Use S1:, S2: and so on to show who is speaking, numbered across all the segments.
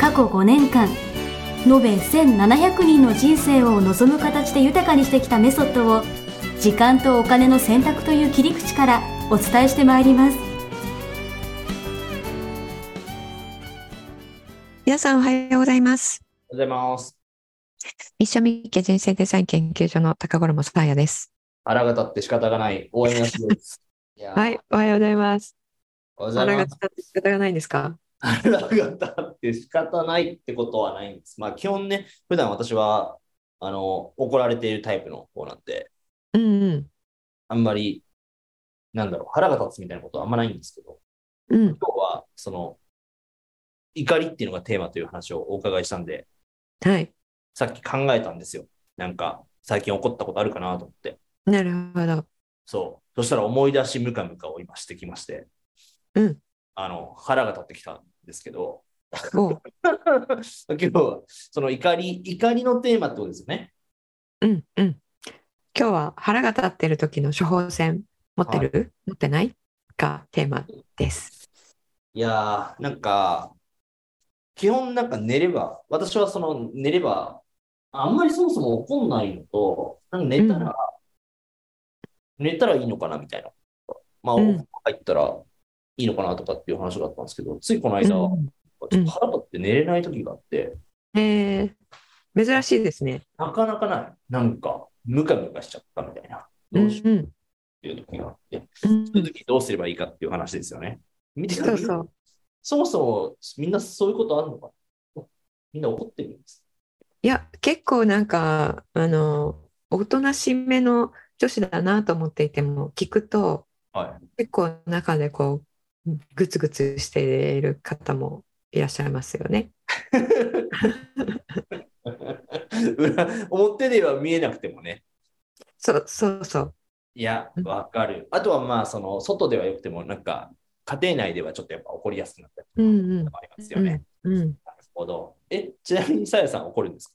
S1: 過去5年間延べ1700人の人生を望む形で豊かにしてきたメソッドを時間とお金の選択という切り口からお伝えしてまいります
S2: 皆さんおはようございます。
S3: おはようございます。
S2: 一緒みっけ人生デザイン研究所の高頃もさあやです。
S3: 腹が立って仕方がない応援がすごい です。いやー
S2: はい、、おはようございます。
S3: おはようござ
S2: 腹
S3: い
S2: が
S3: ま
S2: 立
S3: す。
S2: って仕方がないんですか
S3: 腹が立って仕方ないってことはないんです。まあ基本ね、普段私はあの怒られているタイプの方なんで、
S2: うんうん。
S3: あんまり、なんだろう、腹が立つみたいなことはあんまないんですけど、
S2: うん。
S3: 今日はその、怒りっていうのがテーマという話をお伺いしたんで、
S2: はい。
S3: さっき考えたんですよ。なんか、最近怒ったことあるかなと思って。
S2: なるほど。
S3: そう。そしたら思い出しムカムカを今してきまして、
S2: うん
S3: あの、腹が立ってきたんですけど、
S2: おう。
S3: 今日はその怒り、怒りのテーマってことですよね。
S2: うんうん。今日は腹が立ってる時の処方箋持ってる、持ってないがテーマです。
S3: いやー、なんか、基本なんか寝れば、私はその寝れば、あんまりそもそも怒んないのと、なんか寝たら、寝たらいいのかなみたいな。まあ、お
S2: うん
S3: 風呂入ったらいいのかなとかっていう話があったんですけど、ついこの間、ちょ
S2: うん
S3: っと腹立って寝れない時があって、
S2: えー、珍しいですね。
S3: なかなかない。なんか、ムカムカしちゃったみたいな。
S2: う
S3: ど
S2: ん
S3: うしようっ
S2: うん
S3: ていう時があって、
S2: うん
S3: そういう時どうすればいいかっていう話ですよね。見て
S2: そうそう。
S3: そもそもみんなそういうことあるのかみんな怒ってるんです。
S2: いや、結構なんか、あの、おとなしめの女子だなと思っていても、聞くと、
S3: はい。
S2: 結構中でこうグツグツしている方もいらっしゃいますよね。
S3: 裏 表では見えなくてもね。
S2: そうそうそう。
S3: いや、わかる。あとはまあ、その、外ではよくても、なんか、家庭内ではちょっとやっぱ怒りやすくなったりとか、
S2: うんうん
S3: ありますよね。
S2: うんうん
S3: なるほど。え、ちなみにさやさん怒るんですか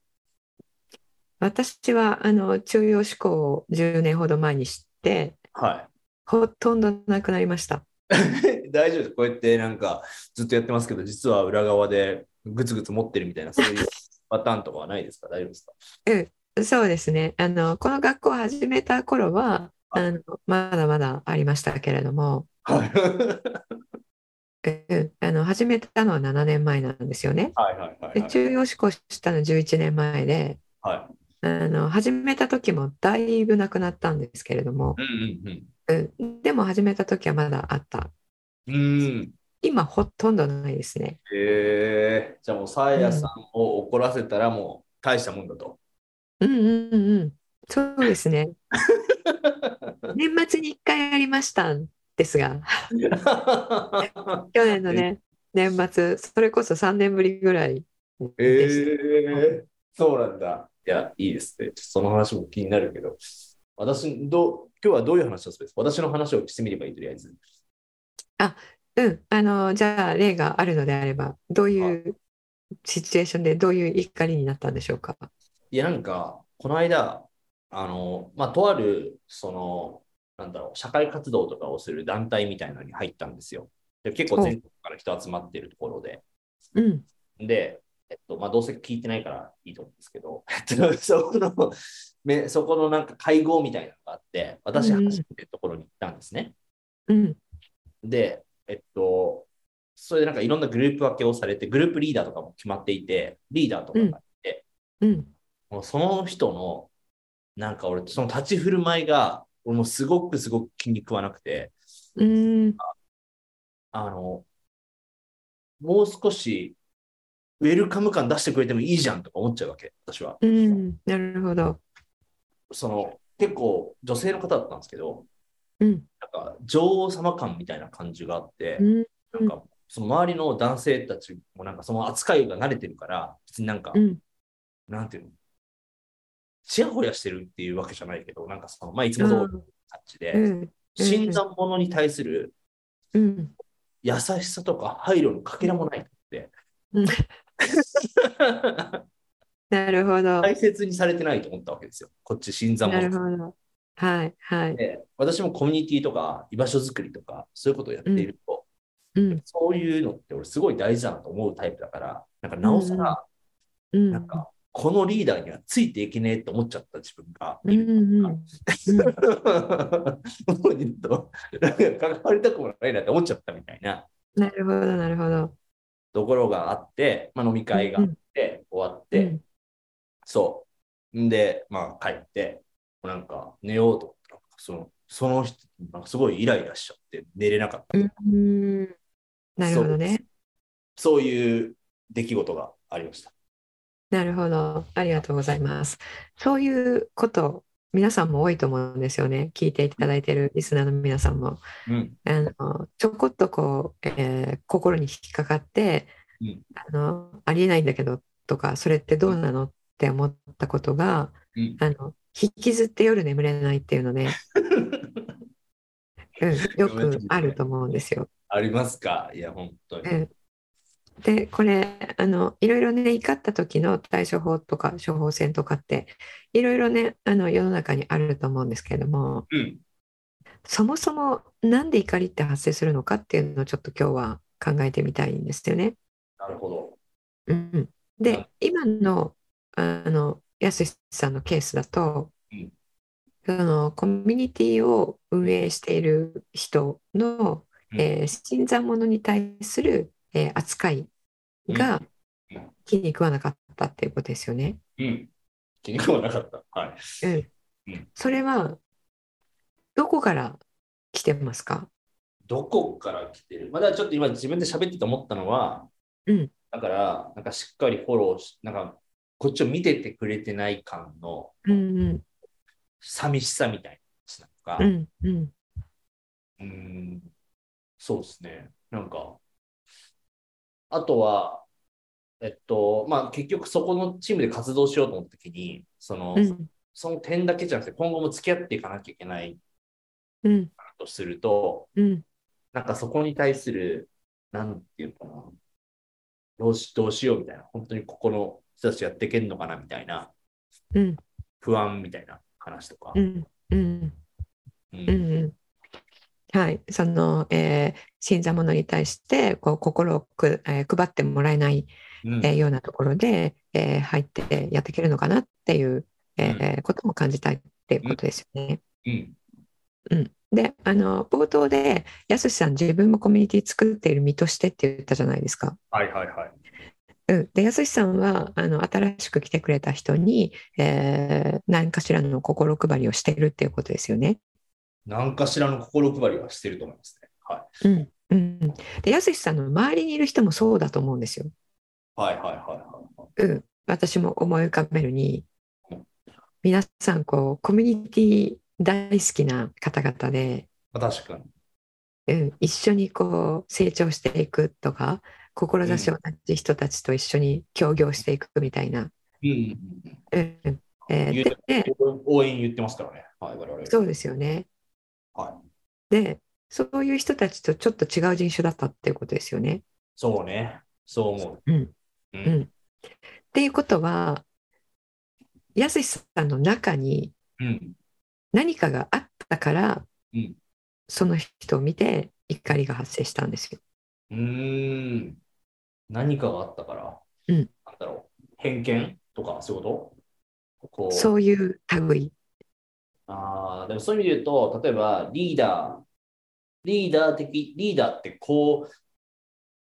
S2: 私はあの中庸思考を10年ほど前に知って
S3: はい。
S2: ほとんどなくなりました。
S3: 大丈夫です。こうやってなんかずっとやってますけど、実は裏側でグツグツ持ってるみたいな、そういうパターンとかはないですか大丈夫ですか
S2: そうですね。あのこの学校を始めた頃はあのまだまだありましたけれども、
S3: はい。
S2: うん、あの始めたのは7年前なんですよね。
S3: はいはいはい
S2: で
S3: はい。
S2: 中庸思考したの11年前で
S3: は
S2: あの始めた時もだいぶなくなったんですけれども
S3: い。うんうん
S2: うんでも始めた時はまだあった。
S3: うん。うん。
S2: 今ほとんどないですね。
S3: へえじゃあもう、さやさんを怒らせたらもう大したもんだ と。
S2: うんうんうんうん。そうですね。年末に1回やりましたんですが、去年のね、年末、それこそ3年ぶりぐらいでした。
S3: えそうなんだ。いや、いいですね。ちょっとその話も気になるけど、私、どう今日はどういう話をするんですか私の話をしてみればいいとりあえず。
S2: うん。あの、じゃあ、例があるのであれば、どういうシチュエーションでどういう怒りになったんでしょうか。
S3: いや、なんか、この間、あの、まあ、とある、その、なんだろう、社会活動とかをする団体みたいなのに入ったんですよ。で結構全国から人集まってるところで。
S2: うん。
S3: で、えっと、まあ、どうせ聞いてないからいいと思うんですけど、 えっとそこの、めそこのなんか会合みたいなのがあって、私、
S2: うん
S3: 初めてところに行ったんですね。
S2: うん。
S3: で、えっと、それでなんかいろんなグループ分けをされて、グループリーダーとかも決まっていて、リーダーとかが
S2: うん。
S3: もうその人の、なんか俺、その立ち振る舞いが、俺もうすごくすごく気に食わなくて、
S2: うん。
S3: あの、もう少し、ウェルカム感出してくれてもいいじゃんとか思っちゃうわけ、私は。
S2: うん。なるほど。
S3: その、結構女性の方だったんですけど、
S2: うん。
S3: なんか女王様感みたいな感じがあって
S2: う、ん。
S3: なんかその周りの男性たちもなんかその扱いが慣れてるから、別になんか、
S2: うん
S3: なんていうの、ちやほやしてるっていうわけじゃないけど、なんかその、まあ、いつも通りのタッチで、
S2: うん
S3: 死んだものに対する
S2: うん
S3: 優しさとか配慮のかけらもないって。
S2: うんなるほど、
S3: 大切にされてないと思ったわけですよ。こっち新参
S2: なる
S3: 者
S2: ほどはいはい、
S3: で、私もコミュニティとか居場所づくりとか、そういうことをやっていると、
S2: うん
S3: そういうのって俺すごい大事だなと思うタイプだから、なんかなおさら、
S2: うん、
S3: なんか、このリーダーにはついていけねえって思っちゃった自分が
S2: うん
S3: い る。
S2: うんうん
S3: もう二度となんか関わりたくもないなって思っちゃったみたいな
S2: なるほどなるほど
S3: ところがあって、まあ、飲み会があって、終わって、そう。んで、まあ、帰って、なんか、寝ようと思ったら、その、その人、なんかすごいイライラしちゃって、寝れなかった。
S2: うん、うんなるほどね
S3: そういう出来事がありました。
S2: なるほどありがとうございますそういうこと皆さんも多いと思うんですよね聞いていただいてるリスナーの皆さんも
S3: うん。
S2: あのちょこっとこう、えー心に引っかかって、
S3: うん
S2: あのありえないんだけどとかそれってどうなのって思ったことが
S3: うん。
S2: あの引きずって夜眠れないっていうの で、うん、よくあると思うんですよ。
S3: ありますかいや、本当に。
S2: うんでこれあのいろいろね怒った時の対処法とか処方箋とかっていろいろねあの世の中にあると思うんですけれども
S3: うん。
S2: そもそもなんで怒りって発生するのかっていうのをちょっと今日は考えてみたいんですよね。
S3: なるほど。
S2: うん、
S3: うん
S2: で今のあのやすしさんのケースだと、
S3: うん
S2: そのコミュニティを運営している人の、
S3: うん
S2: えー新参者に対する、えー扱いが
S3: うん
S2: 気に食わなかったっていうことですよね。
S3: うん。気に食わなかった。はい。
S2: うん、それはどこから来てますか、
S3: どこから来てるまだちょっと今自分で喋ってて思ったのは、
S2: うん
S3: だから、なんかしっかりフォローし、なんか、こっちを見ててくれてない感の
S2: うんうん
S3: 寂しさみたいなやつなのか、
S2: うんうん
S3: うーん、そうですね。なんか、あとは、えっと、まあ、結局そこのチームで活動しようと思った時に、その、
S2: うん
S3: その点だけじゃなくて、今後も付き合っていかなきゃいけない
S2: うん
S3: とすると、
S2: うん
S3: なんかそこに対する、なんていうのかな、どうし、どうしようみたいな、本当にここの人たちやっていけんのかなみたいな、
S2: うん
S3: 不安みたいな話とか
S2: う。んうん
S3: う
S2: うんんうんはい、その、えー、新参者に対してこう心をく、えー配ってもらえない、
S3: うん
S2: えーようなところで、えー入ってやっていけるのかなっていう、えーことも感じたいっていうことですよね。
S3: うん
S2: であの冒頭でやすしさん自分もコミュニティ作っている身としてって言ったじゃないですか。
S3: はいはいはい。
S2: うん、でやすしさんはあの新しく来てくれた人に、えー何かしらの心配りをしているっていうことですよね。
S3: 何かしらの心配りはしてると思いますね。はい。
S2: うんうん、でやすしさんの周りにいる人もそうだと思うんですよ。
S3: はいはいはいはい。
S2: うん、私も思い浮かべるに
S3: うん皆
S2: 皆さんこうコミュニティ大好きな方々で、
S3: まあ、確かに。
S2: うん、一緒にこう成長していくとか志を同じ人たちと一緒に協業していくみたいな、
S3: う
S2: う
S3: ん
S2: んえー
S3: 言う
S2: でで
S3: うんうん、応援言ってますからね。はい、我々。
S2: そうですよね。
S3: はい、
S2: でそういう人たちとちょっと違う人種だったっていうことですよね。
S3: そうね。そう思
S2: う
S3: う。
S2: ん
S3: う
S2: うん
S3: ん。
S2: っていうことはやすしさんの中に
S3: うん。
S2: 何かがあったから、
S3: うん
S2: その人を見て怒りが発生したんですよ。
S3: うーん。何かがあったから、
S2: うん
S3: なんだろう。偏見とか、そういうことこう
S2: そういう類。
S3: あーでもそういう意味で言うと、例えばリーダー、リーダー的、リーダーってこう、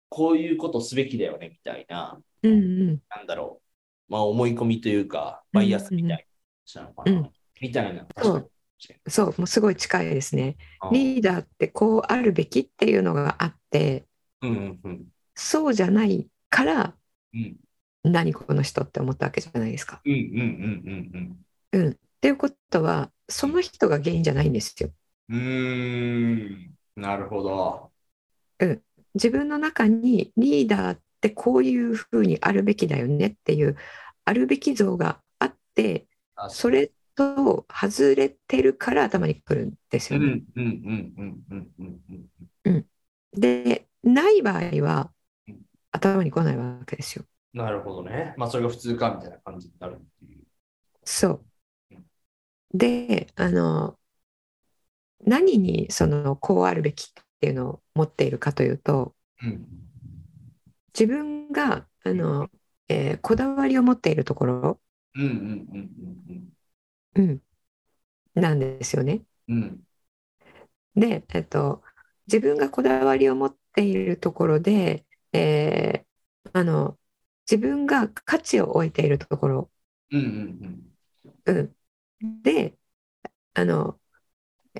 S3: こういうことすべきだよね、みたいな、
S2: うんうん
S3: なんだろう。まあ、思い込みというか、バイアスみたいな話なのかな、
S2: うん
S3: みたいな。確
S2: そ
S3: か
S2: うそうもうすごい近いですね。
S3: に
S2: リーダーってこうあるべきっていうのがあって
S3: うんうんうん
S2: そうじゃないから
S3: うん
S2: 何この人って思ったわけじゃないですか。
S3: うんうんうん
S2: うん、っていうことはその人が原因じゃないんですよ。
S3: うんうん。うーん、なるほど。
S2: 自分の中にリーダーってこういうふうにあるべきだよねっていうあるべき像があって
S3: あ
S2: それと外れてるから頭にくるんです
S3: う
S2: よね。
S3: んうんうんうんうんうんうん。
S2: でない場合は
S3: うん
S2: 頭に来ないわけですよ。
S3: なるほどね。まあ、それが普通かみたいな感じになるっていう。
S2: そう
S3: う。
S2: で、あの、何にそのこうあるべきっていうのを持っているかというと、
S3: うん。
S2: 自分があの、えーこだわりを持っているところ、
S3: うんうんうんうん
S2: うん、なんですよね。
S3: うん。うん。
S2: で、えっと、自分がこだわりを持っているところで、えーあの、自分が価値を置いているところ、
S3: うんうん
S2: うん、であの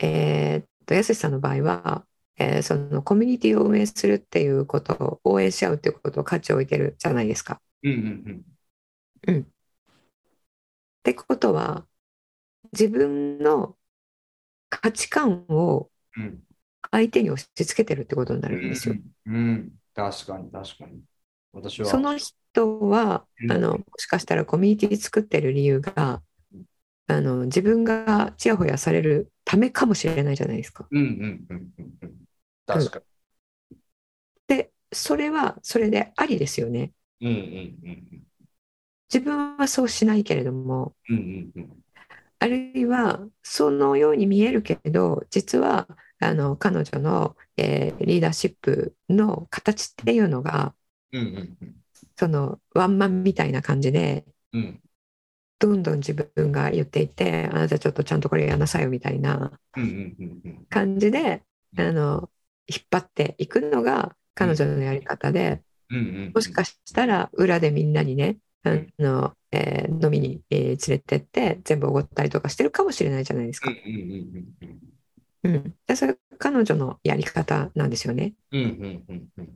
S2: えーっとやすしさんの場合は、えーそのコミュニティを運営するっていうことを応援し合うっていうことを価値を置いてるじゃないですか。
S3: うん。うんうん
S2: ってことは自分の価値観を
S3: うん。うん。
S2: 相手に押し付けてるってことになるんですよ。
S3: うんうん。確かに確かに。私は。
S2: その人は
S3: うん
S2: あのもしかしたらコミュニティ作ってる理由があの自分がちやほやされるためかもしれないじゃないですか。
S3: うんうんうんうんうん。確か
S2: でそれはそれでありですよね。
S3: に。うんうんうん
S2: 自分はそうしないけれども
S3: うん。うんうんうん。
S2: あるいはそのように見えるけれど実はあの彼女の、えーリーダーシップの形っていうのが
S3: うんうんうん
S2: そのワンマンみたいな感じで
S3: うん
S2: どんどん自分が言っていてあなたちょっとちゃんとこれやんなさいよみたいな
S3: うんうんうん
S2: 感じで
S3: うん
S2: あの引っ張っていくのが彼女のやり方で、
S3: うんうんうん
S2: もしかしたら裏でみんなにね、あのえー飲みに、えー連れてって全部おごったりとかしてるかもしれないじゃないです
S3: うん
S2: か。
S3: うんうんうん
S2: うん、でそれ彼女のやり方なんですよね。
S3: うんうんうんうん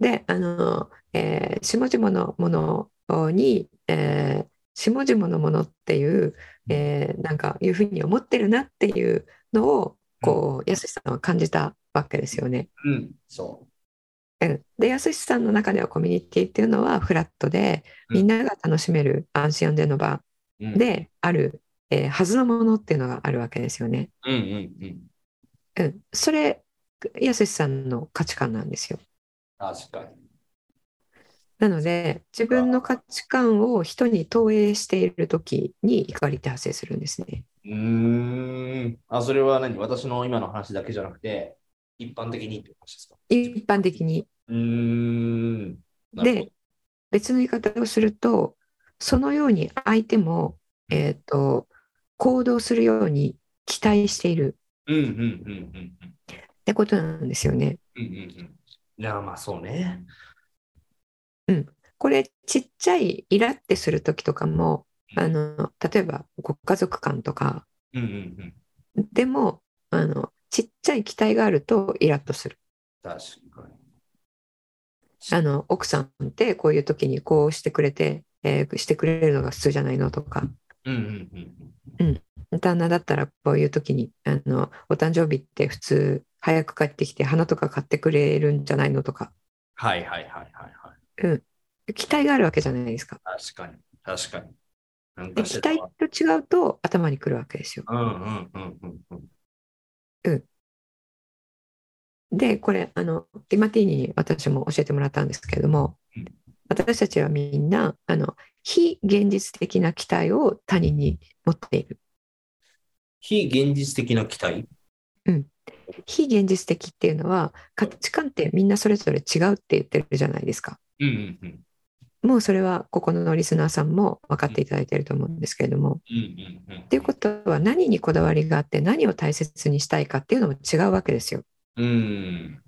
S2: であの、えー下々のものに、えー下々のものっていう、えーなんかいうふうに思ってるなっていうのをこうやすしさんは感じたわけですよね。
S3: うんうんそ
S2: うんでやすしさんの中ではコミュニティっていうのはフラットで
S3: うん
S2: みんなが楽しめる安心安全の場
S3: ううん
S2: である、えーはずのものっていうのがあるわけですよね。
S3: うんうんうん
S2: うん、それやすしさんの価値観なんですよ。
S3: 確かに
S2: なので自分の価値観を人に投影している時に怒りって発生するんですね。
S3: うーんあそれは何私の今の話だけじゃなくて一般的にって話ですか
S2: 一般的に
S3: うーんなるほ
S2: で別の言い方をするとそのように相手も、えー、と行動するように期待している
S3: どうんうんうんうんうん
S2: ってことなんですよね。
S3: うんうんうんいやまあそうね
S2: これちっちゃいイラってする時とかもあの例えばご家族間とか
S3: うんうんうん
S2: でもあのちっちゃい期待があるとイラッとする
S3: 確かに
S2: あの奥さんってこういう時にこうしてくれて、えーしてくれるのが普通じゃないのとか
S3: うんうんうん
S2: 旦那だったらこういう時にあのお誕生日って普通早く帰ってきて花とか買ってくれるんじゃないのとか
S3: はいはいはいはいはい
S2: 期待があるわけじゃないですか
S3: 確かに確かになん
S2: で
S3: か
S2: 期
S3: してた
S2: 待
S3: わ
S2: と違うと頭にくるわけですよ
S3: うんうんうんうんうん
S2: でこれあのティマティーニに私も教えてもらったんですけれども
S3: うん
S2: 私たちはみんなあの非現実的な期待を他人に持っている
S3: 非現実的な期待
S2: 非現実的っていうのは価値観ってみんなそれぞれ違うって言ってるじゃないですか
S3: うんうんうん
S2: もうそれはここのリスナーさんも分かっていただいていると思うんですけれども
S3: うんうんうん
S2: っていうことは何にこだわりがあって何を大切にしたいかっていうのも違うわけですよ
S3: うん。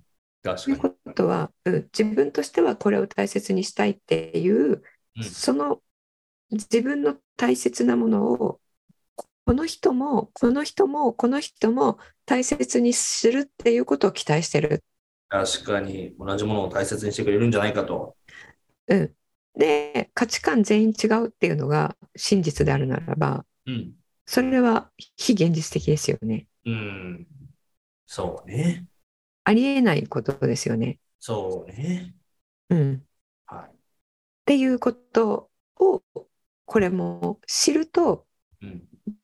S2: とい
S3: 確
S2: う
S3: か
S2: こ
S3: に。
S2: とは、うん、自分としてはこれを大切にしたいっていう、
S3: うん
S2: その自分の大切なものをこの人もこの人もこの人も大切にするっていうことを期待してる。
S3: 確かに、同じものを大切にしてくれるんじゃないかと。
S2: うん、で価値観全員違うっていうのが真実であるならば
S3: うん。
S2: それは非現実的ですよね。
S3: うん。そうね。
S2: ありえないことですよね。
S3: そうね。
S2: うん。っ
S3: は
S2: ていうことを、これも知ると、
S3: い。うん。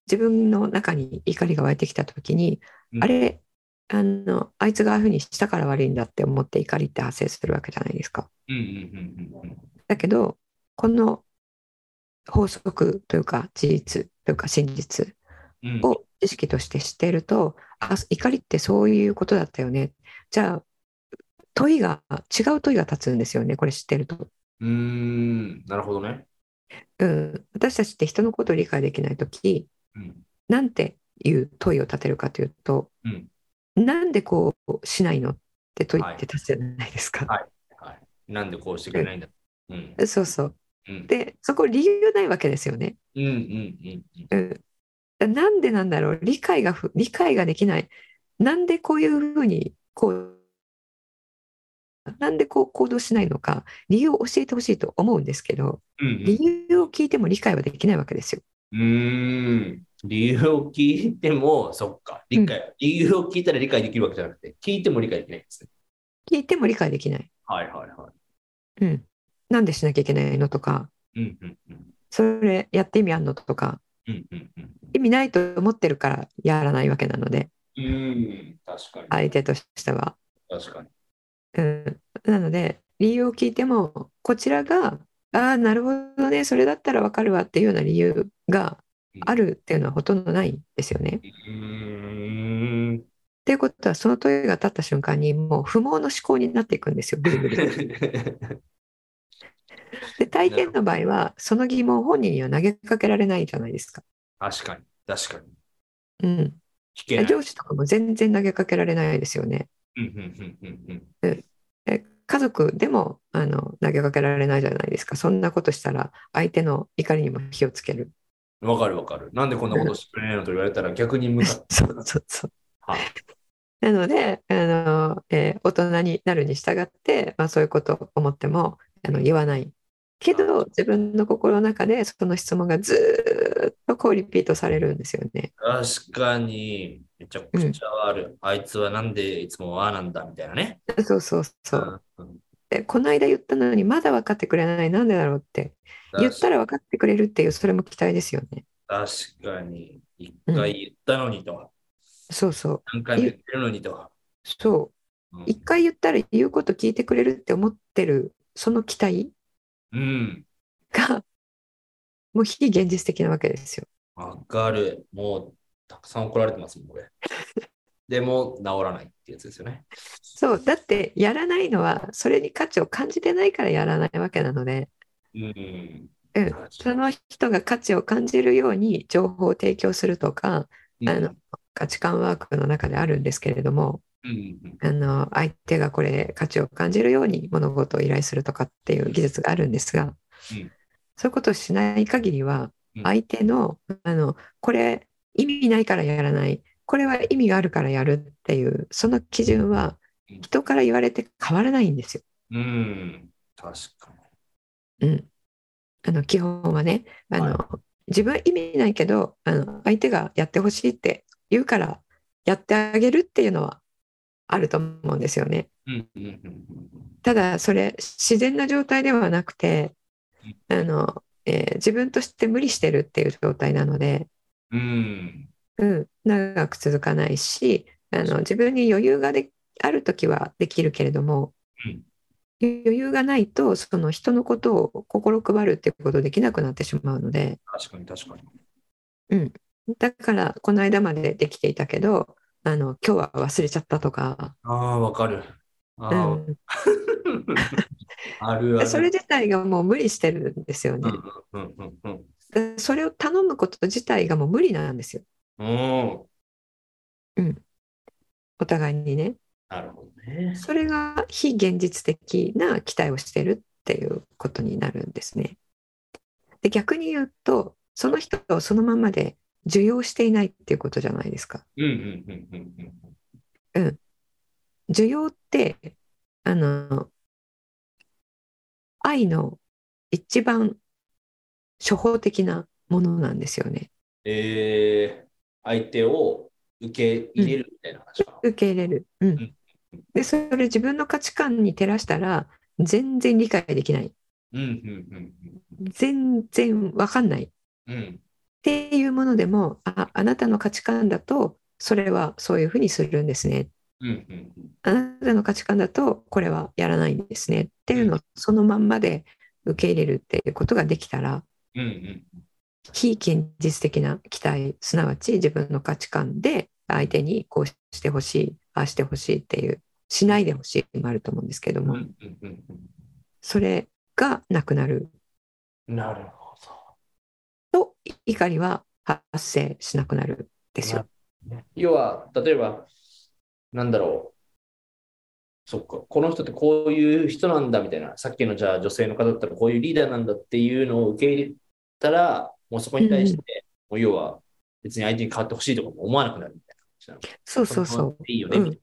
S2: 自分の中に怒りが湧いてきた時に、
S3: うん
S2: あれあのあいつがああいうふうにしたから悪いんだって思って怒りって発生するわけじゃないですか。
S3: うんうんうんうん
S2: だけどこの法則というか事実というか真実
S3: うん。うん
S2: を意識として知っているとあ怒りってそういうことだったよねじゃあ問いが違う問いが立つんですよねこれ知ってると、
S3: うーん。なるほどね。
S2: うん。私たちって人のことを理解できない時
S3: うん。
S2: なんていう問いを立てるかというと、
S3: うん
S2: なんでこうしないのって問いって立つじゃないですか。
S3: ははい。なんでこうしてくれないんだ。うん。
S2: そうそう。
S3: うん。
S2: で、そこ理由ないわけですよね。
S3: うんうんうんうん。
S2: うん、だなんでなんだろう理解がふ理解ができない。なんでこういうふうにこうなんでこう行動しないのか理由を教えてほしいと思うんですけど
S3: うんうん
S2: 理由を聞いても理解はできないわけですよ。
S3: うーん。理由を聞いても、そっか、理解、理由を聞いたら理解できるわけじゃなくて、聞いても理解できないんですね。
S2: 聞いても理解できない。
S3: はいはいは
S2: うん、なんでしなきゃいけないのとか
S3: い。うんうんうん。
S2: それやって意味あんのとか
S3: うんうんうん。
S2: 意味ないと思ってるからやらないわけなので
S3: うーん、確かに。
S2: 相手としては。
S3: 確かに。
S2: うん、なので理由を聞いてもこちらが「ああなるほどねそれだったらわかるわ」っていうような理由があるっていうのはほとんどないんですよね。っ
S3: うー ん。
S2: ていうことはその問いが立った瞬間にもう不毛の思考になっていくんですよぐるぐ る。で大抵の場合はその疑問を本人には投げかけられないじゃないですか。
S3: 確かに。確かに。
S2: うん、
S3: 聞けない。
S2: 上司とかも全然投げかけられないですよね。
S3: うんうんうんうんうん。
S2: 家族でもあの投げかけられないじゃないですかそんなことしたら相手の怒りにも火をつける
S3: わかるわかる。なんでこんなことしてくれないのと言われたら逆に向かって。
S2: そうそうそう
S3: はい
S2: なのであの、えー大人になるに従って、まあ、そういうことを思ってもあの言わないけど自分の心の中でその質問がずーっとこうリピートされるんですよね。
S3: 確かに。めちゃくちゃある。あいつはなんでいつもああなんだみたいなね。
S2: そうそうそう。
S3: うんうん
S2: でこの間言ったのにまだ分かってくれないなんでだろうって言ったら分かってくれるっていうそれも期待ですよね。
S3: 確かに、一回言ったのにと、
S2: そうそう
S3: 何回も言ってるのにと。
S2: そう
S3: うん
S2: 一回言ったら言うこと聞いてくれるって思ってるその期待
S3: うん、
S2: が もう非現実的なわけですよ。
S3: わかる。もう、たくさん怒られてますもん、俺。でも、治らないってやつですよね。
S2: そうだってやらないのはそれに価値を感じてないからやらないわけなので
S3: うん。
S2: うんその人が価値を感じるように情報を提供するとか
S3: うん
S2: あの価値観ワークの中であるんですけれども
S3: うんうん
S2: あの相手がこれ価値を感じるように物事を依頼するとかっていう技術があるんですが、
S3: うん
S2: そういうことをしない限りは
S3: うん
S2: 相手の,、あのこれ意味ないからやらないこれは意味があるからやるっていうその基準は
S3: うん
S2: 人から言われて変わらないんですよ。
S3: うん。うん、確か
S2: うん、あの基本はねあの、
S3: は
S2: 自分は意味ないけどあの相手がやってほしいって言うからやってあげるっていうのはあると思うんですよね。
S3: に。うんうんうん
S2: ただそれ自然な状態ではなくてあの、えー自分として無理してるっていう状態なので、
S3: うん。うん。
S2: うん、長く続かないしあの自分に余裕がである時はできるけれども、
S3: うん
S2: 余裕がないとその人のことを心配るっていうことできなくなってしまうので
S3: 確かに、確かに。
S2: だからこの間までできていたけどあの今日は忘れちゃったとか、
S3: ああ、わかる。
S2: う
S3: ああ、
S2: ん、
S3: あるある。
S2: それ自体がもう無理してるんですよ
S3: う
S2: ね。
S3: んうんうんうん
S2: でそれを頼むこと自体がもう無理なんですよ
S3: うん。うん。
S2: お互いにね
S3: なるほどね。
S2: それが非現実的な期待をしてるっていうことになるんですねで逆に言うとその人をそのままで受容していないっていうことじゃないですか
S3: うんうんうんうんうん。
S2: 受容ってあの愛の一番初歩的なものなんですよね
S3: えー、相手を受け入れるみたいな話かな。
S2: 受け入れる、うん
S3: ん
S2: で、それ自分の価値観に照らしたら、全然理解できない。
S3: うん、うん、
S2: 全然わかんない。っ
S3: うん、うん。
S2: ていうものでも、あ、あなたの価値観だと、それはそういうふうにするんですね。
S3: うん、うん、
S2: あなたの価値観だと、これはやらないんですね。っていうのをそのまんまで受け入れるっていうことができたら、
S3: うん、うん。
S2: 非現実的な期待すなわち自分の価値観で相手にこうしてほしいああしてほしいっていうしないでほしいもあると思うんですけど
S3: うん、
S2: も、
S3: うん、うん、
S2: それがなくなる
S3: うん。なるほ
S2: と怒りは発生しなくなるですよ。
S3: ど。要は、例えば、なんだろう。そっか、この人ってこういう人なんだみたいな、さっきのじゃあ女性の方だったらこういうリーダーなんだっていうのを受け入れたら、もうそこに対して、もう要は別に相手に変わってほしいとかも思わなくなるみたいな話なの。
S2: そうそうそ
S3: この
S2: う
S3: ままでいいよね、みたい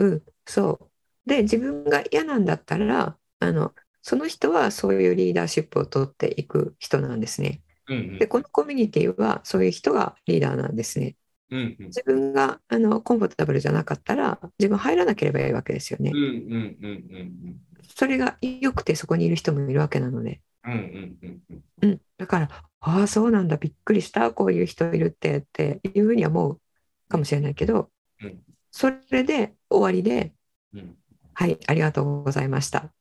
S3: な。
S2: うん、そう。で、自分が嫌なんだったら、あの、その人はそういうリーダーシップを取っていく人なんですね。
S3: うんうん
S2: で、このコミュニティはそういう人がリーダーなんですね。
S3: うんうん
S2: 自分があのコンフォータブルじゃなかったら自分入らなければいいわけですよね
S3: う。んうんうんうん
S2: それが良くてそこにいる人もいるわけなので。
S3: うんうんうんうん
S2: うん、だからああそうなんだびっくりしたこういう人いるってっていうふうには思うかもしれないけど、
S3: うん
S2: それで終わりで
S3: うん
S2: 「はいありがとうございました」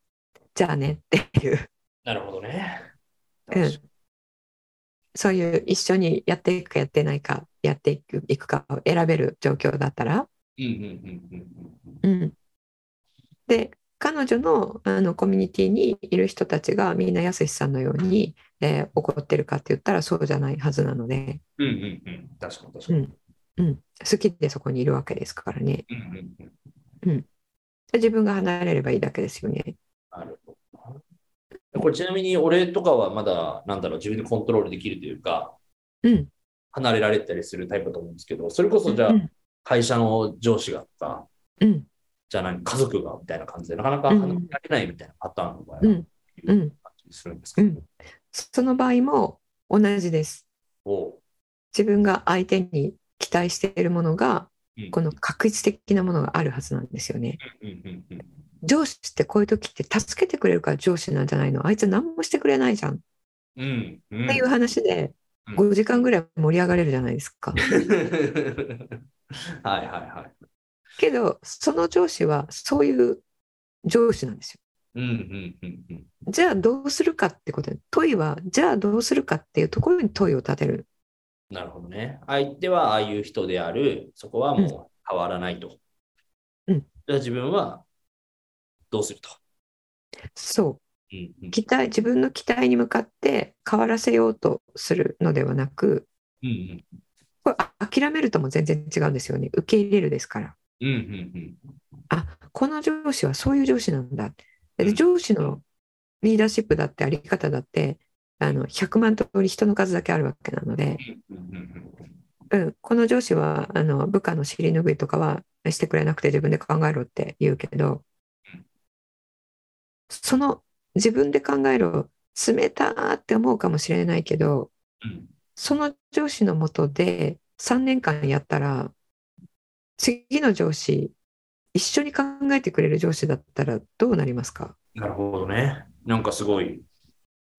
S2: じゃあねっていう
S3: なるほどね。
S2: うんそういう一緒にやっていくかやってないかやっていくいくかを選べる状況だったら
S3: うんうんうんうんうん
S2: うん、で彼女のあのコミュニティにいる人たちがみんなやすしさんのように、えー怒ってるかって言ったらそうじゃないはずなので、
S3: うんうんうん確かに確か
S2: う
S3: に。
S2: んうん、好きでそこにいるわけですからね
S3: うんうんうん
S2: で自分が離れればいいだけですよね。
S3: なるほどな。これちなみに俺とかはまだなんだろう自分でコントロールできるというか
S2: うん
S3: 離れられたりするタイプだと思うんですけどそれこそじゃあ
S2: うん
S3: 会社の上司がとか
S2: うん
S3: じゃあ何家族がみたいな感じでなかなか離れられないみたいなパターンの場合
S2: う
S3: は感
S2: んうん、
S3: じするんですけど。
S2: その場合も同じです。
S3: おう
S2: 自分が相手に期待しているものが
S3: うん
S2: この確率的なものがあるはずなんですよね。
S3: うんうんうん
S2: 上司ってこういう時って助けてくれるから上司なんじゃないのあいつ何もしてくれないじゃんっ
S3: うんうん
S2: ていう話で
S3: うん
S2: 5時間ぐらい盛り上がれるじゃないですか。
S3: はいはいはい。
S2: けどその上司はそういう上司なんですよ。
S3: うんうんうんうん。
S2: じゃあどうするかってことで問いはじゃあどうするかっていうところに問いを立てる。
S3: なるほどね。相手はああいう人である、そこはもう変わらないと。
S2: うん
S3: じゃあ自分はどうすると。
S2: そ
S3: うんうん
S2: う期待自分の期待に向かって変わらせようとするのではなく
S3: うん
S2: これあ諦めるとも全然違うんですよね受け入れるですから。
S3: うんうんうん
S2: あこの上司はそういう上司なんだ
S3: う
S2: で
S3: ん
S2: 上司のリーダーシップだってあり方だってあの100万通り人の数だけあるわけなので、
S3: うんうんうん
S2: うん、この上司はあの部下の尻拭いとかはしてくれなくて自分で考えろって言うけど
S3: うん
S2: その自分で考えろ冷たーって思うかもしれないけど
S3: うん
S2: その上司のもとで3年間やったら次の上司一緒に考えてくれる上司だったらどうなりますか
S3: なるほどね。なんかすごい、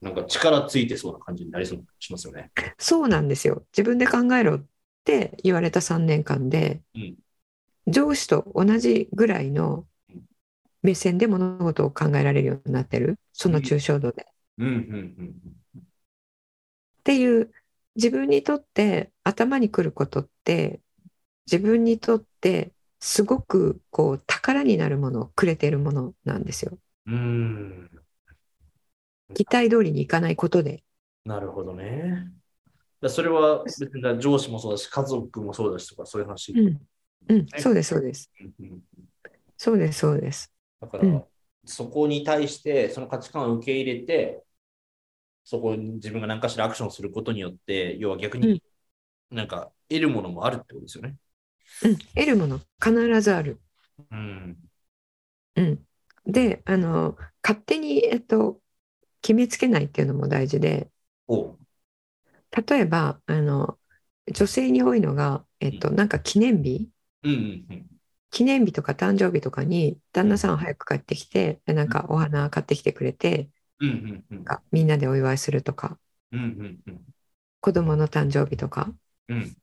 S3: なんか力ついてそうな感じになりそうな気がしますよね。
S2: そうなんですよ自分で考えろって言われた3年間で、
S3: うん
S2: 上司と同じぐらいの目線で物事を考えられるようになってるその抽象度で、っ
S3: うんうん
S2: ていう自分にとって頭にくることって自分にとってすごくこう宝になるものくれているものなんですよ。
S3: うん。うん。
S2: 期待通りにいかないことで。
S3: なるほどね。だそれは別にだ上司もそうだし、家族もそうだしとか、そういう話。
S2: うん、うん、
S3: はい
S2: そうです、そうです。
S3: うんうん
S2: そうです、そうです。
S3: だか
S2: う
S3: ら
S2: ん、
S3: そこに対して、その価値観を受け入れて、そこに自分が何かしらアクションすることによって、要は逆に、なんか得るものもあるってことですよね。
S2: うん、得るもの必ずある。
S3: うん。
S2: うん、で、あの、勝手に、えっと、決めつけないっていうのも大事で、
S3: おう。
S2: 例えば、あの、女性に多いのが、えっと、なんか記念日
S3: うんうんうん。
S2: 記念日とか誕生日とかに旦那さんは早く帰ってきて、でなんかお花買ってきてくれて、
S3: うんうんう
S2: な
S3: ん
S2: んかみんなでお祝いするとか、
S3: うんうん
S2: 子供の誕生日とか、
S3: うん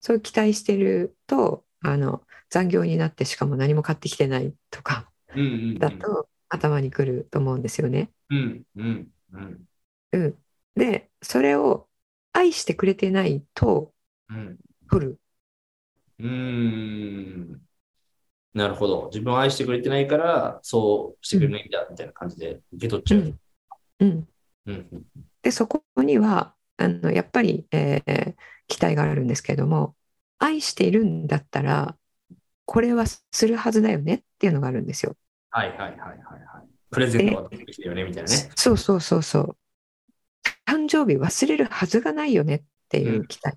S2: そういう期待してると、あの、残業になってしかも何も買ってきてないとか
S3: うんうんうん
S2: だと頭にくると思うんですよね。
S3: うんうんうん
S2: うん。で、それを愛してくれてないと
S3: うん
S2: 取る。
S3: うーんなるほど自分を愛してくれてないからそうしてくれないんだみたいな感じで受け取っちゃう。
S2: うん。
S3: うんうん
S2: でそこにはあのやっぱり、えー期待があるんですけども愛しているんだったらこれはするはずだよねっていうのがあるんですよ。
S3: はいはいはいはいはい。プレゼントはできたよねみたいなね。
S2: そうそうそうそう。誕生日忘れるはずがないよねっていう期待。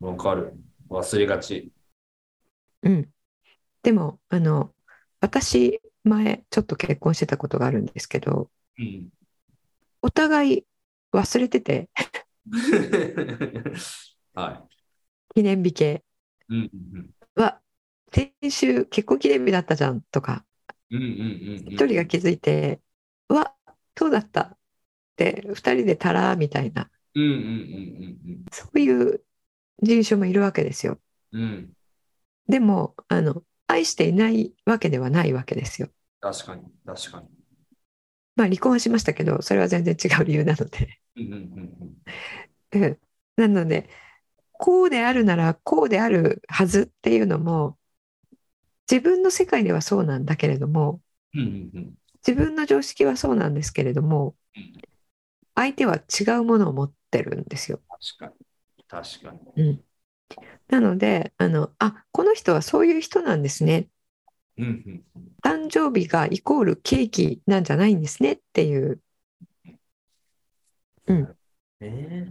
S3: わかる。忘れがち。
S2: うんでもあの私前ちょっと結婚してたことがあるんですけど
S3: うん。
S2: お互い忘れてて
S3: は
S2: 記念日系
S3: い。うんうん
S2: は先週結婚記念日だったじゃんとか
S3: うん。うんうんうんうん。
S2: 一人が気づいて「うわそうだった」って二人でたらーみたいな
S3: うんうんうん
S2: そういう人種もいるわけですよ
S3: うんうん。うん。
S2: でもあの愛していないわけではないわけですよ
S3: 確かに。確か
S2: まあ離婚はしましたけどそれは全然違う理由なので、
S3: に。うんうんうん
S2: うん、なのでこうであるならこうであるはずっていうのも自分の世界ではそうなんだけれども
S3: うん。うんうんうん。
S2: 自分の常識はそうなんですけれども
S3: うん
S2: 相手は違うものを持ってるんですよ
S3: 確かに。確かに。
S2: なのであのあこの人はそういう人なんですね
S3: うんうんうん。
S2: 誕生日がイコールケーキなんじゃないんですねっていう、
S3: え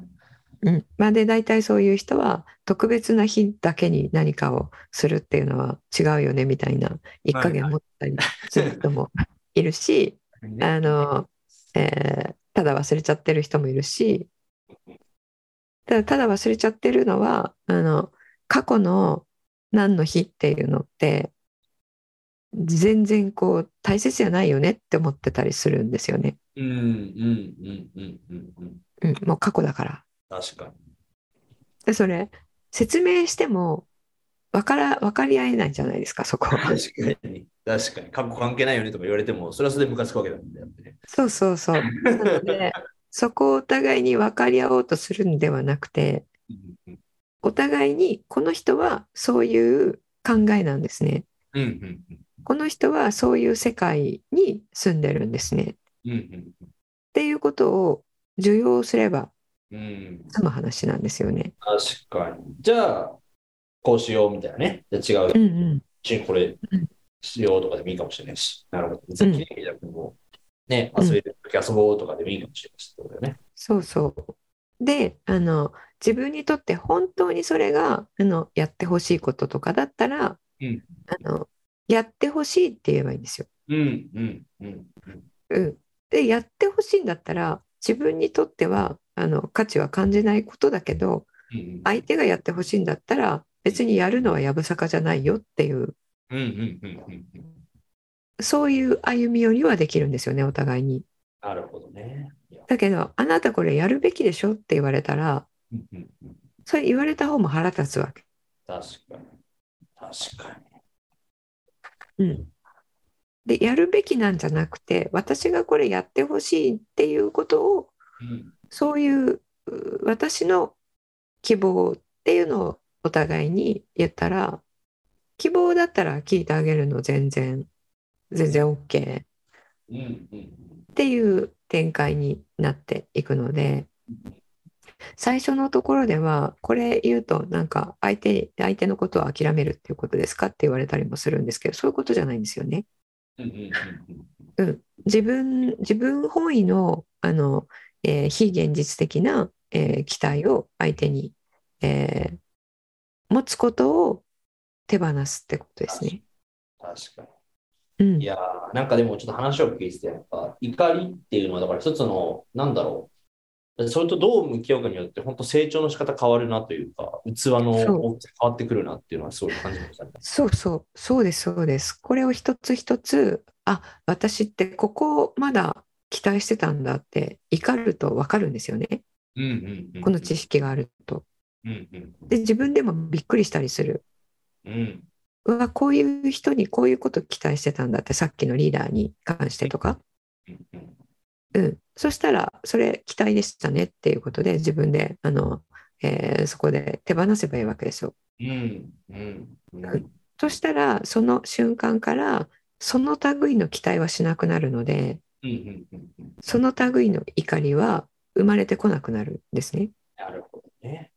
S2: うん、まあで大体そういう人は特別な日だけに何かをするっていうのは違うよねみたいな一加減持ったりする人もいるし、
S3: え
S2: あのえーただ忘れちゃってる人もいるしただただ忘れちゃってるのはあの過去の何の日っていうのって全然こう大切じゃないよねって思ってたりするんですよね、
S3: うんうんうんうんうんうん。
S2: うん、もう過去だから
S3: 確かに。
S2: でそれ説明しても分から分かり合えないじゃないですかそこ は
S3: 確かに。確かに。過去関係ないよねとか言われても、それはそれでムカつくわけだもんね。だってね
S2: そうそうそうなのでそこをお互いに分かり合おうとするんではなくて
S3: うん
S2: お互いにこの人はそういう考えなんですね。
S3: うんうん
S2: この人はそういう世界に住んでるんですね。っ
S3: うんうん
S2: ていうことを受容すれば
S3: うんうん。
S2: 済む話なんですよね。
S3: 確かに。じゃあ、こうしようみたいなね。じゃあ違う。
S2: うんうん。
S3: ちこれ
S2: うん
S3: しようとかでもいいかもしれないし。なるほど。別
S2: うん
S3: に記念日だけども、ね、
S2: うん
S3: 遊べる時遊ぼうとかでもいいかもしれないし。そうだよね。
S2: そうそう。で、あの、自分にとって本当にそれが、あの、やってほしいこととかだったら、
S3: うん
S2: あの、やってほしいって言えばいいんですよ。
S3: うんうんうん。
S2: うん、でやってほしいんだったら自分にとってはあの価値は感じないことだけど
S3: うん
S2: 相手がやってほしいんだったら別にやるのはやぶさかじゃないよっていう
S3: うんうんうんうんうん。
S2: そういう歩み寄りはできるんですよねお互いに。
S3: なるほどね。いや
S2: だけどあなたこれやるべきでしょって言われたら
S3: うんうんうん
S2: それ言われた方も腹立つわけ。
S3: 確かに。確かに。
S2: うん、でやるべきなんじゃなくて私がこれやってほしいっていうことを
S3: うん
S2: そういうう私の希望っていうのをお互いに言ったら希望だったら聞いてあげるの全然全然 OK っ
S3: うんうんうん。
S2: ていう展開になっていくので最初のところではこれ言うとなんか相手相手のことを諦めるっていうことですかって言われたりもするんですけどそういうことじゃないんですよね。
S3: うんうんうん
S2: 自分自分本位のあの、えー非現実的な、えー期待を相手に、えー持つことを手放すってことですね。
S3: 確か
S2: うん
S3: に。い、やーなんかでもちょっと話を聞いてて、やっぱ怒りっていうのは、だから一つの、なんだろう。それとどう向き合うかによって、本当成長の仕方変わるなというか、器の大きさ変わってくるなっていうのはすごい感じましたね。
S2: そうそう、そうです、そうです。これを一つ一つ、あ、私ってここをまだ期待してたんだって怒るとわかるんですよね。
S3: うんうんうん。
S2: この知識があると。
S3: うんうん
S2: で、自分でもびっくりしたりする。
S3: うん。
S2: うわ、こういう人にこういうこと期待してたんだって、さっきのリーダーに関してとか。
S3: うんうん
S2: うん、そしたらそれ期待でしたねっていうことで自分であの、えーそこで手放せばいいわけですよ。
S3: うんうんうん
S2: そしたらその瞬間からその類の期待はしなくなるので
S3: うんうんうん。
S2: その類の怒りは生まれてこなくなるんですね。
S3: なるほどね。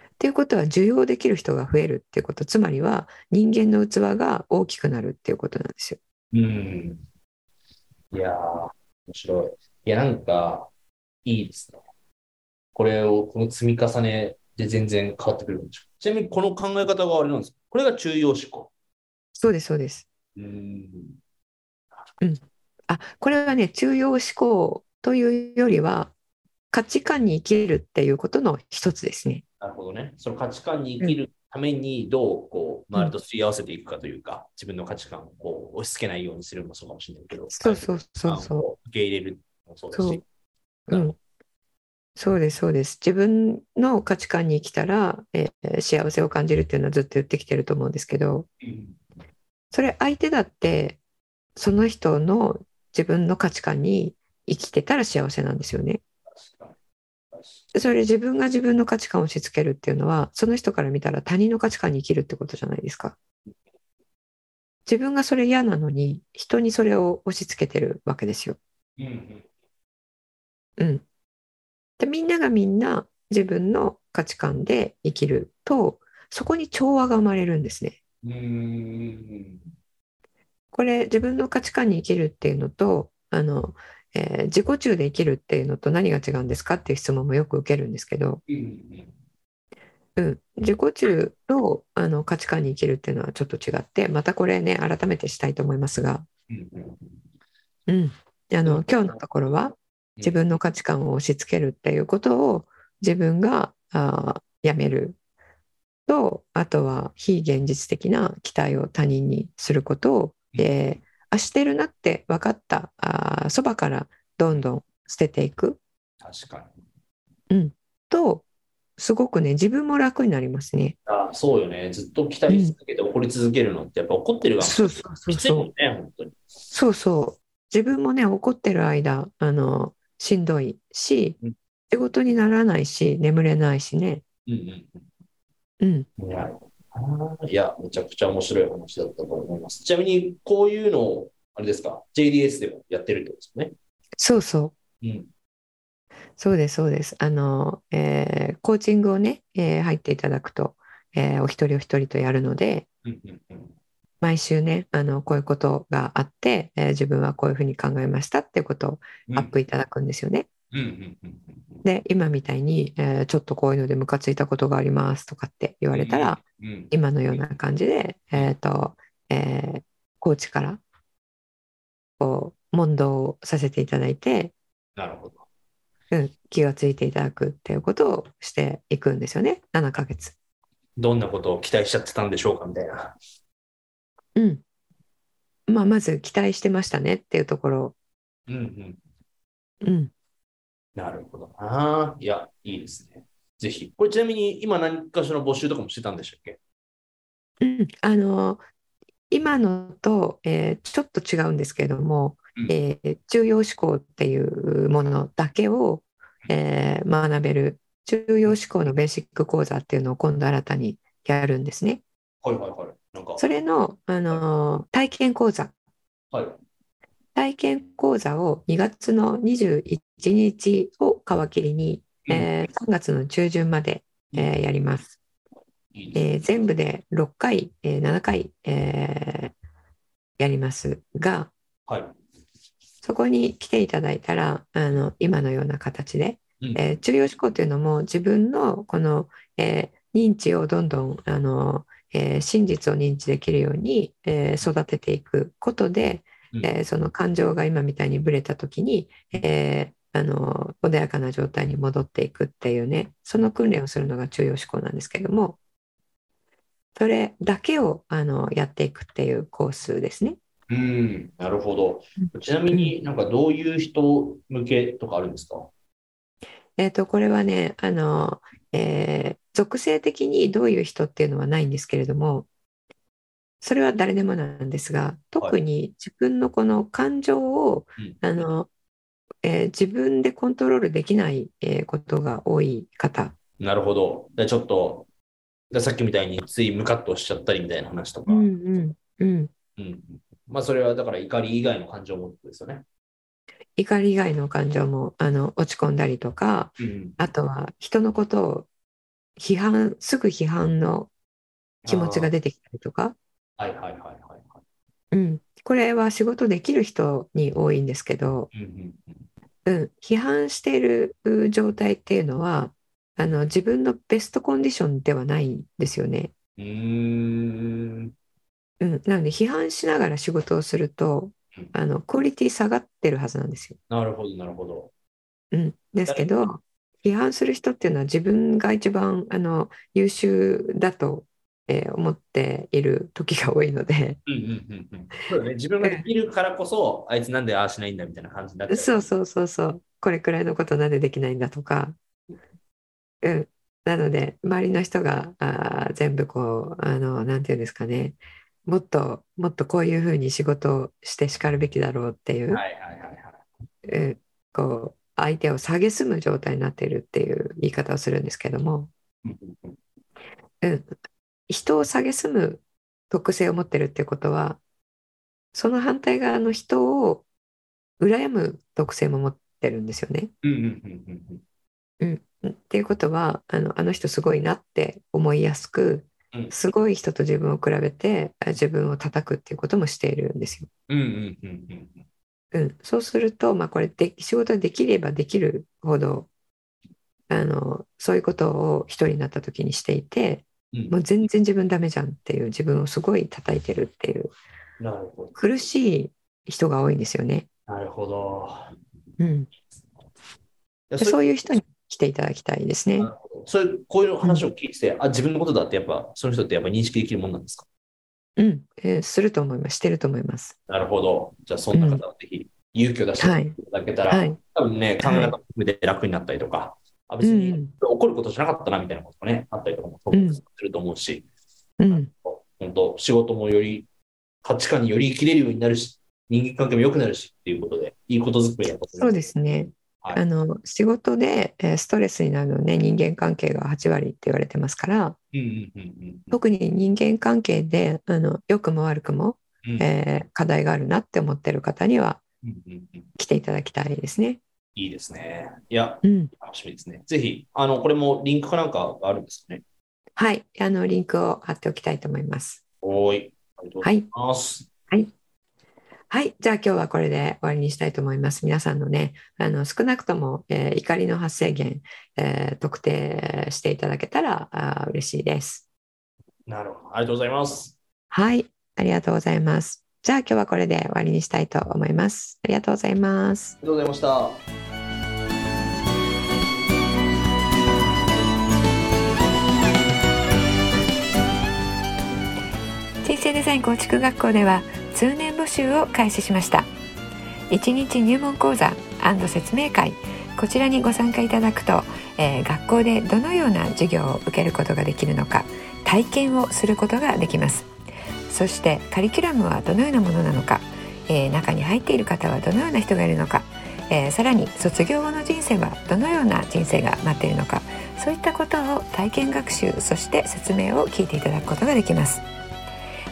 S2: っていうことは受容できる人が増えるっていうことつまりは人間の器が大きくなるっていうことなんですよ。
S3: うん。いやー、面白い。いや、なんか、いいですね。これを、この積み重ねで全然変わってくるんでしょう。ちなみに、この考え方があれなんですかこれが中庸思考。
S2: そうですそうです。
S3: うん。
S2: あこれはね中庸思考というよりは価値観に生きるっていうことの一つですね。
S3: なるほどね。その価値観に生きるために、どう、こう、周りとすり合わせていくかというか、自分の価値観をこう押し付けないようにするのもそうかもしれないけど、
S2: そうそうそう
S3: 価値観
S2: そ
S3: を受け入れるのもそうだ
S2: そ
S3: し
S2: う。う。うん、そうですそうです。自分の価値観に生きたら、えー幸せを感じるっていうのはずっと言ってきてると思うんですけど
S3: うん
S2: それ相手だってその人の自分の価値観に生きてたら幸せなんですよね。
S3: 確かに確
S2: それ自分が自分の価値観を押し付けるっていうのはその人から見たら他人の価値観に生きるってことじゃないですか。自分がそれ嫌なのに人にそれを押し付けてるわけですよ。
S3: かにうん
S2: うん。で、みんながみんな自分の価値観で生きると、そこに調和が生まれるんですね。
S3: うん。うん。
S2: これ、自分の価値観に生きるっていうのと、あの、えー自己中で生きるっていうのと何が違うんですかっていう質問もよく受けるんですけど、
S3: うんうん
S2: うん、自己中とあの価値観に生きるっていうのはちょっと違って、またこれね、改めてしたいと思いますが、
S3: うん
S2: う
S3: うん
S2: ん、あの今日のところは自分の価値観を押し付けるっていうことを自分があーやめるとあとは非現実的な期待を他人にすることを、
S3: うん
S2: えーあしてるなって分かったあーそばからどんどん捨てていく
S3: 確かに。
S2: とすごくね自分も楽になりますね。
S3: あそうよね。ずっと期待し続けて怒り続けるのって、やっぱ怒ってる側も
S2: そうそうそう
S3: きついも
S2: そ
S3: ん
S2: う
S3: ね、本当に。
S2: そうそう自分もね怒ってる間あのしんどいし
S3: うん
S2: 仕事にならないし眠れないしね。
S3: うん
S2: うん
S3: うん。いや、あーいやめちゃくちゃ面白い話だったと思います。ちなみに、こういうのを、あれですか、JDS でもやってるってことですよね。
S2: そうそ
S3: うん。
S2: う、そうです、そうです。あの、えーコーチングをね、えー入っていただくと、えーお一人お一人とやるので、
S3: うんうんうん。
S2: 毎週ね、あの、こういうことがあって、えー自分はこういうふうに考えましたっていうことを
S3: うん
S2: アップいただくんですよね。
S3: うんうんうんうん。
S2: で、今みたいに、えーちょっとこういうのでムカついたことがありますとかって言われたら、
S3: うん、
S2: 今のような感じで、えっと、えーコーチから、こう、問答をさせていただいて、
S3: なるほど。
S2: うん、気がついていただくっていうことをしていくんですよね7ヶ月。
S3: どんなことを期待しちゃってたんでしょうかみたいな。
S2: うんまあ、まず期待してましたねっていうところ、
S3: うんうん。
S2: うん、
S3: なるほどな。いや、いいですね。ぜひ。これちなみに今何かしらの募集とかもしてたんでしたっけ
S2: うん、あの今のと、えーちょっと違うんですけれども、
S3: うん
S2: えー中庸思考っていうものだけを、えー学べる中庸思考のベーシック講座っていうのを今度新たにやるんですね。
S3: はいはいはい。なんか、
S2: それの、あの体験講座
S3: はい。
S2: 体験講座を2月の21日を皮切りに、えー3月の中旬まで、えーやります、
S3: いいですね。
S2: えー全部で6回、えー7回、えーやりますが
S3: はい。
S2: そこに来ていただいたらあの今のような形で、
S3: うん
S2: えー中央思考というのも自分のこの、えー認知をどんどんあの、えー真実を認知できるように、えー育てていくことで、
S3: うん
S2: えーその感情が今みたいにぶれた時に、えーあの、穏やかな状態に戻っていくっていうね、その訓練をするのが中庸思考なんですけども、それだけを、あの、やっていくっていうコースですね。
S3: うん、なるほど。ちなみになんかどういう人向けとかあるんですか
S2: えっと、これはね、あの、えー属性的にどういう人っていうのはないんですけれども、それは誰でもなんですが、特に自分のこの感情を、
S3: うん
S2: あの、えー自分でコントロールできない、えーことが多い方。
S3: なるほど。で、ちょっと、でさっきみたいについムカッとしちゃったりみたいな話とか。うん。
S2: んうん、うん。
S3: まあ、それはだから怒り以外の感情もってことですよね。
S2: 怒り以外の感情もあの落ち込んだりとか、
S3: うん。
S2: あとは人のことを批判、すぐ批判の気持ちが出てきたりとか、
S3: はいはいはいはいは
S2: うん、これは仕事できる人に多いんですけど、
S3: い。うんうん
S2: うん、批判しているう状態っていうのはあの自分のベストコンディションではないんですよね。
S3: うん。うーん。
S2: うん、なので批判しながら仕事をすると
S3: うん
S2: あのクオリティ下がってるはずなんですよ。
S3: なるほどなるほど。
S2: うん、ですけど批判する人っていうのは自分が一番あの優秀だと、えー思っている時が多いので。
S3: うんうんうんうん。そうだね。自分ができるからこそ、あいつなんでああしないんだみたいな感じになって。
S2: そうそうそうそうこれくらいのことなんでできないんだとか、うん、なので周りの人があー全部こうあのなんていうんですかねもっともっとこういうふうに仕事をしてしかるべきだろうっていう、
S3: はいはいはいはい。
S2: うん、こう相手を下げすむ状態になっているっていう言い方をするんですけども、
S3: うんうんうん
S2: うん、人を下げすむ特性を持ってるっていうことはその反対側の人を羨む特性も持ってるんですよね。
S3: うんうんうんうんうん。
S2: っていうことはあのあの人すごいなって思いやすく
S3: うん
S2: すごい人と自分を比べてあ自分を叩くっていうこともしているんですよ。
S3: うんうんうんうんうん。
S2: うん、そうすると、まあ、これで仕事ができればできるほどあのそういうことを一人になった時にしていて
S3: うん
S2: もう全然自分ダメじゃんっていう自分をすごい叩いてるっていう
S3: なるほど。
S2: 苦しい人が多いんですよね。
S3: なるほど。
S2: うん、
S3: で
S2: で
S3: そ
S2: そう
S3: ういう
S2: いう人に来ていただきたいですね。
S3: そういう、こういう話を聞いてて、あ、自分のことだって、やっぱ、その人ってやっぱ認識できるもんなんですか
S2: うんえーすると思いますしてると思います。
S3: なるほど。じゃあ、そんな方はぜひ、勇気を出して
S2: はい
S3: いただけたら、
S2: はい
S3: 多分ね、考え方も含めて楽になったりとか、あ、別
S2: う
S3: に
S2: ん
S3: 怒ることじゃなかったな、みたいなこともね、あったりとかも、
S2: うん
S3: すると思うし、
S2: うん
S3: 本当仕事もより、価値観により生きれるようになるし、人間関係も良くなるしっていうことで、いいことづくりだと思います
S2: そうですね。
S3: はい
S2: あの仕事でえーストレスになるのね人間関係が8割って言われてますから
S3: うんうんうんうん。
S2: 特に人間関係であの良くも悪くも、
S3: うん
S2: えー課題があるなって思ってる方には
S3: うんうんうん
S2: 来ていただきたいですね。
S3: いいですね。いや、
S2: うん、
S3: 楽しみですね。ぜひ、あの、これもリンクかなんかあるんですかね。
S2: はいあのリンクを貼っておきたいと思います。
S3: おーい。ありがとうござ
S2: はいい、
S3: ます。
S2: はい、じゃあ今日はこれで終わりにしたいと思います。皆さんのねあの少なくとも、えー怒りの発生源、えー特定していただけたらあー嬉しいです。
S3: なるほど。ありがとうございます。
S2: はい、ありがとうございます。じゃあ今日はこれで終わりにしたいと思います。ありがとうございます。
S3: ありがとうございました。
S2: 人生デザイン構築学校では通年募集を開始しました1日入門講座説明会こちらにご参加いただくと、えー学校でどのような授業を受けることができるのか体験をすることができますそしてカリキュラムはどのようなものなのか、えー中に入っている方はどのような人がいるのか、えーさらに卒業後の人生はどのような人生が待っているのかそういったことを体験学習そして説明を聞いていただくことができます